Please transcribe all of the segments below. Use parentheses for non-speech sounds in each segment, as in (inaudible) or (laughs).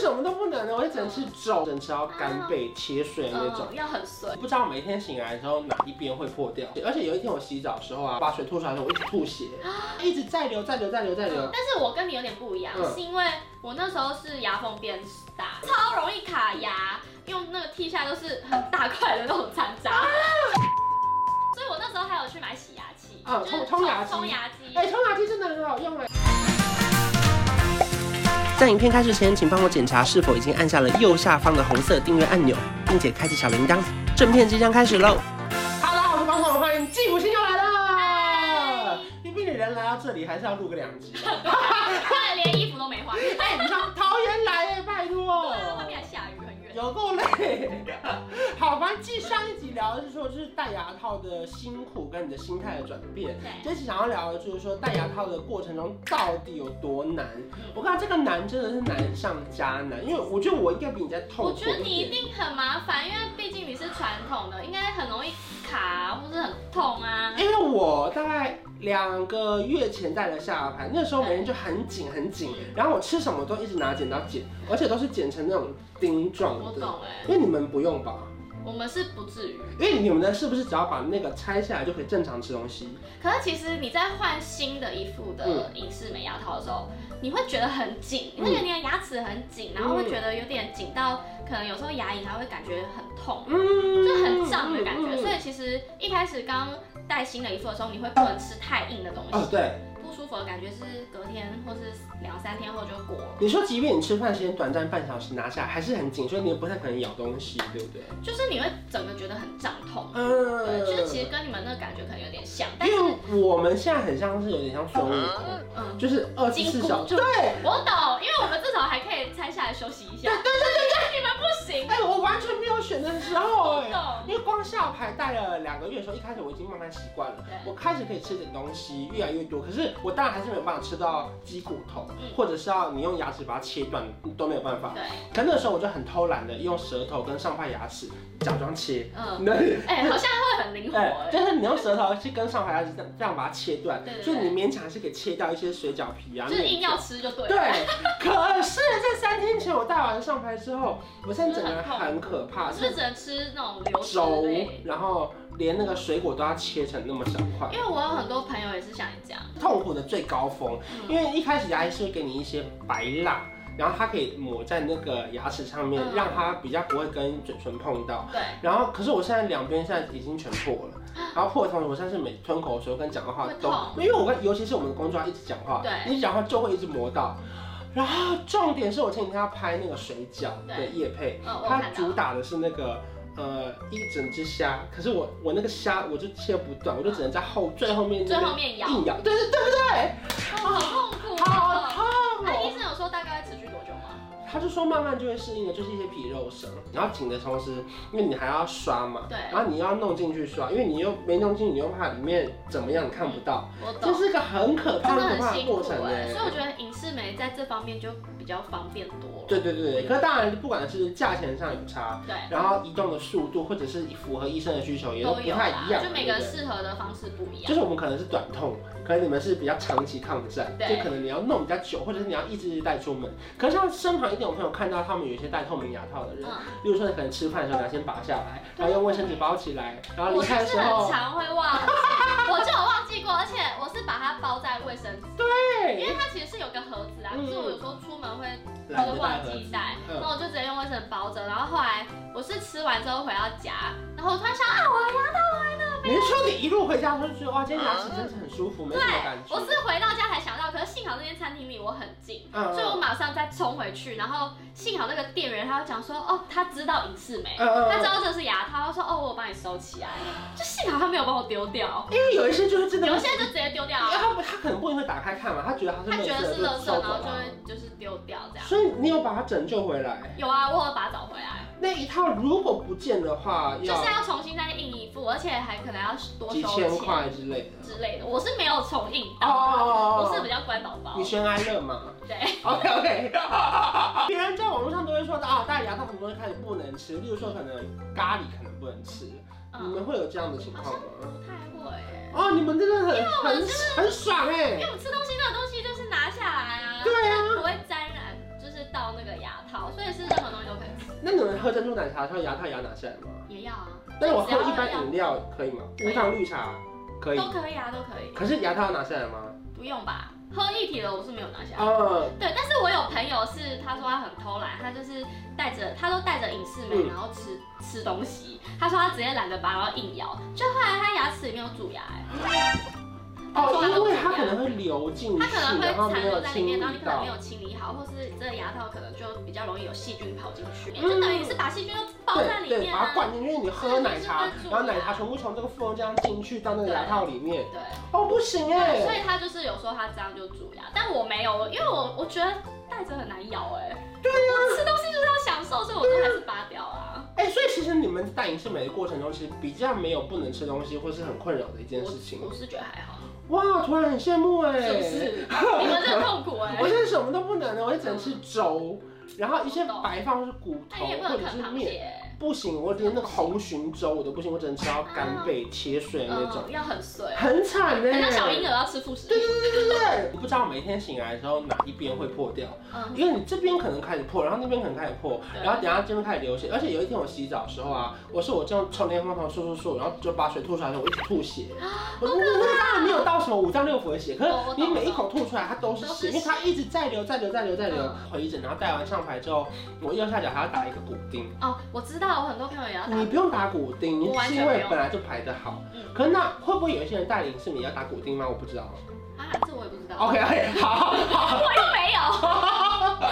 什么都不能的，我就只能吃粥，只能吃到干贝切碎那种。嗯，要很碎。不知道每天醒来的时候哪一边会破掉，而且有一天我洗澡的时候啊，把水吐出来的时候，我一直吐血，(sniffs) 啊一直在流，在流，在流，在流。但是我跟你有点不一样，嗯是因为我那时候是牙缝变大，超容易卡牙，用那个剃下来都是很大块的那种残渣，啊所以我那时候还有去买洗牙器，啊就是冲冲牙机冲牙机。哎、冲牙机真的很好用哎。在影片开始前，请帮我检查是否已经按下了右下方的红色订阅按钮，并且开启小铃铛。正片即将开始喽！Hello，我是王总，欢迎季福星又来了嗨。因为你人来到这里，还是要录个两集。 (laughs) 他连衣服都没 (laughs) 换，哎、你从桃园来哎，拜托。对，外面还下雨，很远。有够累。 (laughs) 好，反正继上一集聊的是说，就是戴牙套的辛苦跟你的心态的转变。对，这期想要聊的就是说，戴牙套的过程中到底有多难嗯？我看这个难真的是难上加难，因为我觉得我应该比你在痛苦我一觉点。得你一定很麻烦，因为毕竟你是传统的，应该很容易卡啊或是很痛啊。因为我大概两个月前戴了下盘，那时候每天就很紧很紧，嗯然后我吃什么都一直拿剪刀剪，而且都是剪成那种钉状我的。懂哎、因为你们不用吧？我们是不至于。因为你们的是不是只要把那个拆下来就可以正常吃东西？可是其实你在换新的一副的隐适美牙套的时候，你会觉得很紧，你会觉得你的牙齿很紧，然后会觉得有点紧到可能有时候牙龈还会感觉很痛，嗯就很胀的感觉。所以以其实一开始刚戴新的一副的时候，你会不能吃太硬的东哦西，，对，不舒服的感觉是隔天或是两三天后就过了。你说即便你吃饭时间短暂半小时拿下来还是很紧，所以你也不太可能咬东西，对不对？就是你会整个觉得很胀痛，哦对，嗯，就是其实跟你们那个感觉可能有点像，但是呃因为我们现在很像是有点像孙悟空，嗯，就是二十四小时。对，我懂，因为我们至少还可以拆下来休息一下，对对对 (laughs) 对，你们不行，哎、我完全没有选的时候我哎、懂，因为光下排戴了两个月的时候，一开始我已经慢慢习惯了，对我开始可以吃点东西，越来越多。可是我当然还是没有办法吃到鸡骨头，嗯或者是要你用牙齿把它切断都没有办法。对，可那时候我就很偷懒的用舌头跟上排牙齿假装切，嗯，那哎，好像会很灵活，对，哎，就是你用舌头去跟上排牙齿这样这样把它切断对，对所以你对勉强是可以切掉一些水饺皮啊。就是硬要面吃就对条了，对，可是，在三天前我戴完上排之后，我现在整个人就是很痛很可怕，是不是只能吃那种流质粥类？，然后连那个水果都要切成那么小块。因为我有很多朋友也是嗯像你这样，痛苦的最高峰，因为一开始牙医是会给你一些白蜡，然后它可以抹在那个牙齿上面，嗯让它比较不会跟嘴唇碰到。对，然后，可是我现在两边现在已经全破了，然后破的同时，我现在是每吞口水跟讲话啊会都痛，因为我跟尤其是我们的工作要一直讲话，对你讲话就会一直磨到。然后重点是我前几天要拍那个水饺的对叶配，嗯，我它看主到，打的是那个呃一整只虾，可是我我那个虾我就切不断，我就只能在后最后面嗯最那后边面咬，硬咬，对对对对，好哦好痛苦，好痛。痛那医哦。生有说大概会持续多久吗？他就说慢慢就会适应的，就是一些皮肉伤，然后紧的同时，因为你还要刷嘛，对然后你要弄进去刷，因为你又没弄进，你又怕里面怎么样你看不到，我懂这。是个很可怕、真的很可怕很的辛过苦程欸哎、呢所以。我觉得影视美在这方面就比较方便多了。对对对，可是当然，不管是价钱上有差，对，然后移动的速度或者是符合医生的需求，也都不都有太啦一样嘛，，就每个对不人对适合的方式不一就样。是我们可能是短痛，可能你们是比较长期抗战，对就可能你要弄比较久，或者是你要一直带出门。可是像身旁一点，我朋友看到他们有一些戴透明牙套的人，嗯，例如说你可能吃饭的时候，你要先拔下来，然后用卫生纸包起来，然啊后离我就开的是时很候，常会忘记，我就有忘记过，而且我是把它包在卫生纸，因对，为它其实是有个盒子啊，嗯可是我有时候出门会懒会得带忘盒记子。带，嗯然后我就直接用卫生纸包着，然后后来我是吃完之后回到家，然后我突然想啊，我的牙套来了，你是说你一路回家的时候就觉得哇，今天牙齿真的很舒服，没什么感觉？我是回到家才想到，可是幸好那间餐厅离我很近。嗯，所以我嗯马上再冲回去，然后幸好那个店员他讲说，哦，他知道隐适美，嗯嗯他知道这是牙套，他说，哦，我帮你收起来，就幸好他没有帮我丢掉，因为哎有一些就是真的，有因些就直接丢掉啊，为他不他可能不一定会打开看嘛，他觉得他是他觉得是垃圾，收走然后就了。会就是丢掉这样。所以你有把它拯救回来，有啊，我有把它找回来，那一套如果不见的话，就要是要重新再印一副，而且还可能要多几收千钱块之类的。之类的。我是没有重印哦到，哦我是哦比较乖宝宝你。悬哀乐嘛对， ？OK (laughs) OK。别人在网络上都会说啊，戴牙套很多东西开始不能吃，例如说可能咖喱可能不能吃，你嗯，们会有这样的情况好像吗？不太会欸，哦，你们真的很我们很很爽哎、因为我们吃东西那个东西就是拿下来啊，对啊，不会沾染，就是到那个个牙套，所以是任何东西都可以吃，那你们喝珍珠奶茶的时候牙套也要拿下来吗？也要啊，但是我只要喝一般要饮料可以吗？可以无糖绿茶可以，都可以啊，都可以，可是牙套要拿下来吗？不用吧？喝一体的我是没有拿下来。哦，对，但是我有朋友是，他说他很偷懒，他就是带着，他都带着隐适美，嗯然后吃吃东西。他说他直接懒得拔，然后硬咬，就后来他牙齿里面有蛀牙、欸，他说哦，因有蛀为牙它可能会流进它去，可能然后会啊没残有留在里清面，理然后你可能到没。有清理好，或是这个牙套可能就比较容易有细菌跑进去，嗯就等于是把细菌都包在对里对，面把它啊。灌进去，因为你喝奶茶就是会，蛀牙然后奶茶全部从这个缝这样进去到那个牙套里面，对，哦不行对所哎，以他就是有时候他这样就蛀牙，但我没有，因为我我觉得戴着很难咬哎、对我吃东西就是要享受，所以我都还是拔掉啊啦。啊哎，所以其实你们在饮食美的过程中，其实比较没有不能吃东西或是很困扰的一件事情我。我是觉得还好，哇，突然很羡慕哎，是不是？你们这痛苦哎、我现在什么都不能了，我也只能吃粥，然后一些白饭或是骨那头嗯哎你也不或能者啃是螃面，蟹欸，不行，我连那个红鲟粥我都不行，我只能吃到干贝切碎的那种，啊嗯，要 (laughs) 很碎，很惨呢。很像小婴儿要吃副食对品。对对对对，你不知道每天醒来的时候哪一边会破掉，嗯，因为你这边可能开始破，然后那边可能开始破，对然后等下这边开始流血，而且有一天我洗澡的时候啊，我是我这样冲天风头漱漱漱，然后就把水吐出来的时候，我一直吐血，啊我那那那当然没有到什么五脏六腑的血，可是哦我懂你每一口吐出来它都是都血，因是血为它一直在流在流在流在流嗯，回诊，然后戴完上牌之后，我右下角还要打一个骨钉，哦，我知道，我很多朋友也要打你不用打骨钉，你我完是全因不为用本来就排得好嗯，可是那会不会有一些人带领是你要打骨钉吗？我不知道。啊，这我也不知道， OK 哦 OK，好。我又没有，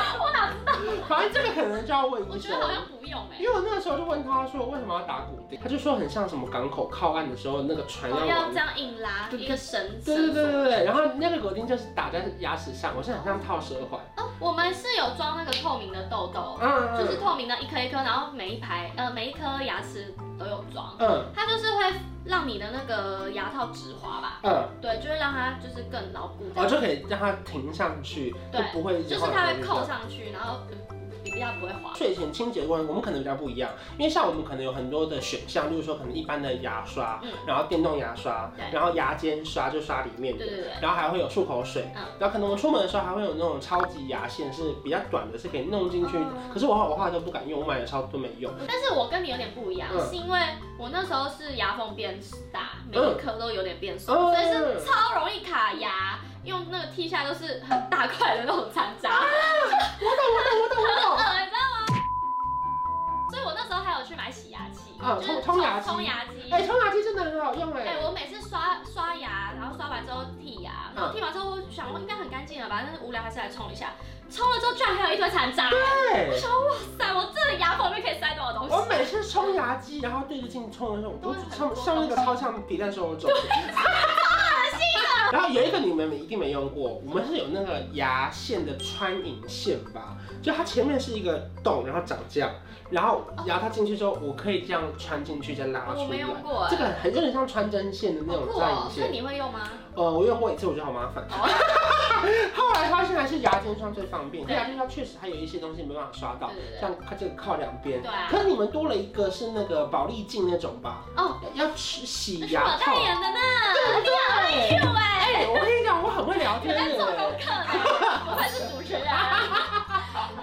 反正这个可能就要问我医觉生得。好像不用哎、因为我那个时候就问他说为什么要打骨钉，他就说很像什么港口靠岸的时候那个船我要哦要往这。样硬拉对对一个绳对对子。对对对，然后那个骨钉就是打在牙齿上，我是很像套舌环。哦，我们是有装那个透明的豆豆，嗯哦就是透明的一颗一颗，然后每一排呃每一颗牙齿都有装，嗯它就是会让你的那个牙套直滑吧，嗯，对，就会让它就是更牢固。哦就可以让它停上去，就对不会就是它会扣。上去，然后比比较不会滑。睡前清洁过程，我们可能比较不一样，因为像我们可能有很多的选项，例如说可能一般的牙刷，嗯然后电动牙刷，对然后牙尖刷就刷里面的对，对对，然后还会有漱口水，嗯然后可能我出门的时候还会有那种超级牙线是比较短的，是可以弄进去。哦可是我我后来都不敢用，我买的超多都没用。但是我跟你有点不一样，嗯是因为我那时候是牙缝变大，每一嗯颗都有点变松，嗯所以是超容易卡牙，用那个剃下就是很大块的那种残渣，我懂，我懂，我懂。呃，你知道吗？所以我那时候还有去买洗牙器，嗯就是冲冲牙机冲牙机。哎，冲牙机真的很好用哎、哎。我每次刷刷牙，然后刷完之后剔牙，然后剔完之后，我想我应该很干净了吧，但是无聊还是来冲一下，冲了之后居然还有一堆残渣。对，塞，我这个牙缝里面可以塞多少东西？我每次冲牙机，然后对着镜子冲的时候，我都很上多上那个超像皮蛋瘦肉粥。 (laughs) 然后有一个你们一定没用过，我们是有那个牙线的穿引线吧，就它前面是一个洞，然后长这样，然后牙套进去之后，我可以这样穿进去再拉出哦我没来用。过、哎这个很有点像穿针线的那好种酷穿哦、引所以线。你会用 (laughs) 吗？哦呃，我用过一次，我觉得好麻 (laughs) 烦。后来发现还是牙尖刷最方便，因为牙尖刷确实还有一些东西没办法刷对到，对对。像它这个靠两边。对啊可是你们多了一个是那个保利镜那种吧？哦，要吃洗这是牙我套代。言的呢，啊对，酷哎、我跟你讲，我很会聊有天在的做。功课呢，哎我才是主 (laughs) 持人。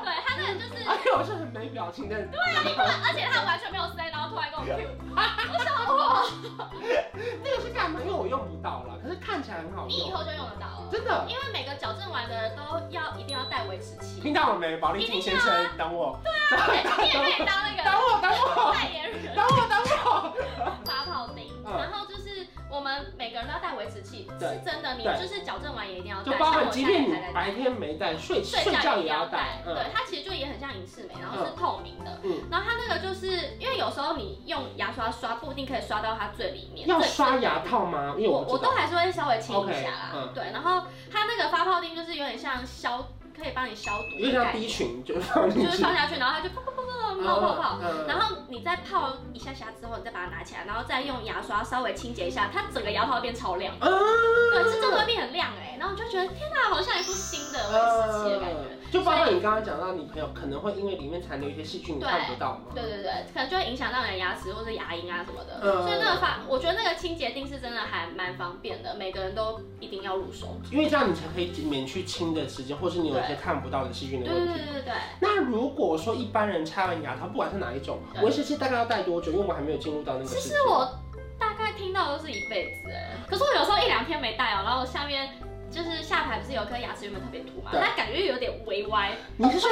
对他那个就是，而且哎我是很没表情的人。对那你不能，而且他完全没有 say，然后突然跟我 Q，我想我，那个是干嘛？因为我用不到了，可是看起来很好你以用。后就用得到了，真的，因为每个矫正完的人都要一定要带维持器，听到了没，保利镜先生？等我，啊对，你啊也可以当那等个我，等我，代言人。等我，等我。发泡钉，嗯然后就是我们每个人都要带维持器，对是真的，你对就是矫正完也一定要就带，包像含，我即现便在你还在戴。白天没戴，睡睡啊睡觉觉也也要要戴戴，。嗯对，它其实就也很像隐适美，然后嗯是透明的，嗯然后它那个就是因为有时候你用牙刷刷不一定可以刷到它最里面，要最刷牙套吗？因为我我不我知都道。还是会稍微清一下啦 OK，嗯对，然后它那个发泡钉就是有点像消，可以帮你消毒有点的像感 B 觉，群，就放进就去。是放下去，然后它就泡泡泡泡嗯泡泡泡，嗯然后你再泡一下下之后，你再把它拿起来，然后再用牙刷稍微清洁一下，它整个牙套变超亮，嗯欸对，这真的会变很亮哎、然后我就觉得天哪，好像一副新的维持器的感觉。哦就包括你刚刚讲到，你朋友可能会因为里面残留一些细菌，你对看不到嘛。对对对，可能就会影响到你的牙齿或者牙龈啊什么的。嗯所以那个发，我觉得那个清洁定是真的还蛮方便的，每个人都一定要入手。因为这样你才可以免去清的时间，或是你有一些对看不到的细菌对的问对题对。对对，那如果说一般人拆完牙套，不管是哪一种，对维持期大概要戴多久？因为我还没有进入到那个世界。其实我大概听到都是一辈子哎，可是我有时候一两天没戴哦、然后下面就是下排不是有颗牙齿原本特别凸嘛，对那感觉又有点微歪，你是说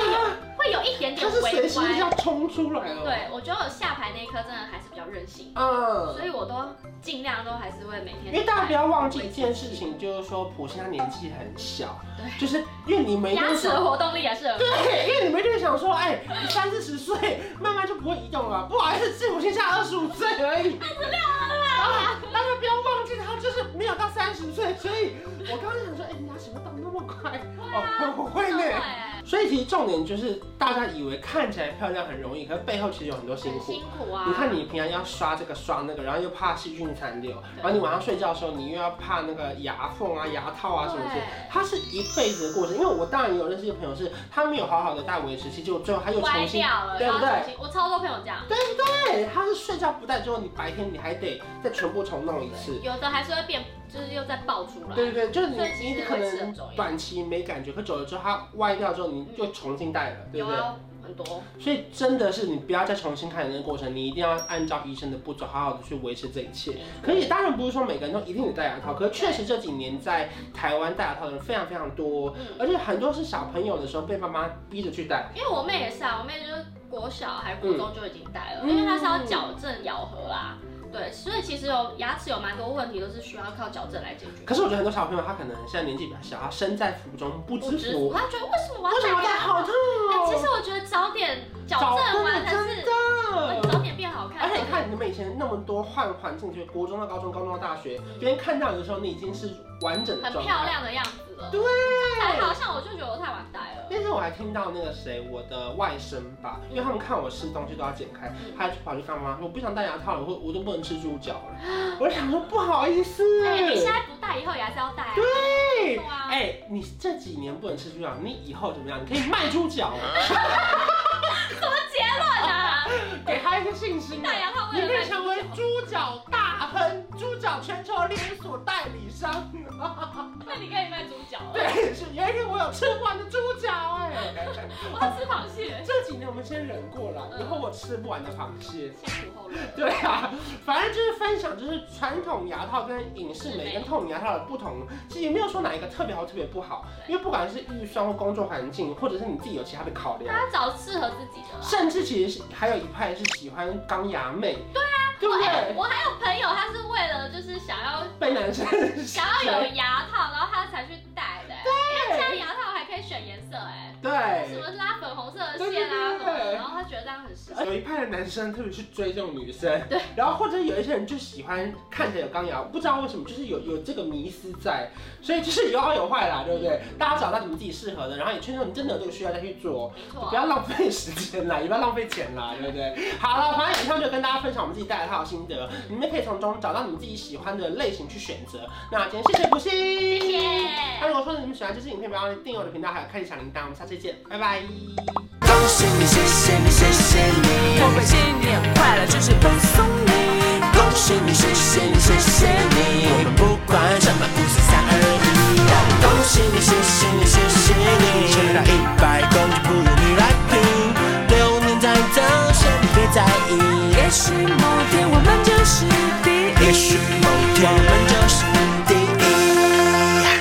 会有一点它点是随微时要歪。冲出来哦？。对，我觉得我下排那一颗真的还是比较任性，嗯所。以我都尽量都还是会每因天。为大家不要忘记一件事情，就是说普信他年纪很小，对就是因为你们一定牙会齿想的活动力也是很对，因为你们就会想说，哎、你三四十岁慢慢就不会移动了，不好意思，是我现在二十五岁而已。啊大家不要忘记，他就是没有到三十岁，所以我刚刚想说，哎、你牙齿会动那么快？哦，我会啊真的呢。哎所以其实重点就是，大家以为看起来漂亮很容易，可是背后其实有很多辛很苦。辛苦啊。你看，你平常要刷这个刷那个，然后又怕细菌残留，然后你晚上睡觉的时候，你又要怕那个牙缝啊、牙套啊什么之类的对它是一辈子的过程。因为我当然也有认识一个朋友是，他没有好好的戴维持器，结果最后他又歪重新，掉了，对然不后对重新，我超多朋友这样，对，他是睡觉不戴之后，你白天你还得再全部重弄一次。有的还是会变，就是又再爆出来。对对对，就是所以其你实你可维持能很重要短期没感觉，可久了之后它歪掉之后，你就重新戴了，对有不对？啊，很多。所以真的是你不要再重新开始那个过程，你一定要按照医生的步骤，好好的去维持这一切。可以，当然不是说每个人都一定得戴牙套，可是确实这几年在台湾戴牙套的人非常非常多，嗯，而且很多是小朋友的时候被妈妈逼着去戴。因为我妹也是啊，我妹就是国小还国中就已经戴了，嗯因为她是要矫正咬合啦。对，所以其实有牙齿有蛮多问题都是需要靠矫正来解决。可是我觉得很多小朋友他可能现在年纪比较小，他身在福中不知知福，她觉得为什么我为什要么戴戴好好？痛哎其哦？实我觉得早点矫正完才是，真的早点变好看。而且你看，你们以前那么多换环境，就是国中到高中，高中到大学，别人看到你的时候，你已经是完整的很状漂态。亮的样子了。对，还好像我就觉得我太晚戴了。那天我还听到那个谁，我的外甥吧，因为他们看我吃东西都要剪开，嗯他就跑去看妈妈说：“我不想戴牙套了，我我都不能吃猪脚了。” (laughs) 我就想说不好意思，哎、你现在不戴，以后也还是要戴啊。嗯对对啊哎、你这几年不能吃猪脚，你以后怎么样？你可以卖猪 (laughs) 脚，结论哎啊，给他一些信心啊。戴牙套你为了可以戴成为猪脚大亨，猪脚全球连锁代理商。那你可以卖猪脚了。对，是有一天我有吃不完的猪脚哎、我要吃螃蟹，这几年我们先忍过来，以后我吃不完的螃蟹。先苦后乐。对啊，反正就是分享，就是传统牙套跟影视美跟透明牙套的不同，其实也没有说哪一个特别好，特别不好，因为不管是预算或工作环境，或者是你自己有其他的考量，大家找适合自己的啊啦。甚至其实是还有一派是喜欢钢牙妹，对啊，对不哎对？我还有朋友，他是为了就是想要被男生想要有牙套，然后他才去戴的、对，现在牙套还可以选颜色、哎，(laughs) 什对。么拉粉红色的对对线啊对什么对哎的，然后他觉得这样很适合。有一派的男生特别去追这种女生，对，然后或者有一些人就喜欢看起来有钢牙，不知道为什么就是有有这个迷思在，所以就是有好有坏啦，对不对？大家找到你们自己适合的，然后也确认你真的有这个需要再去做，没不错，要浪费时间啦，也不要浪费钱啦，对不对？好了，反正以上就跟大家分享我们自己戴的套心得，你们可以从中找到你们自己喜欢的类型去选择。那今天谢谢不信，谢谢谢。。那如果说你们喜欢这支影片，不要忘记订阅我的频道，还有开启小铃铛。我们下次见，拜拜。恭喜你，谢谢你，谢谢你，我们新年快乐，就是恭送你。恭喜你，谢谢你，谢谢你，我们不管什么，不是三二一。恭喜你，谢谢你，谢谢你，吃了一百公斤不如你来拼，流年再走，先别在意。也许某天我们就是第一。也许某天我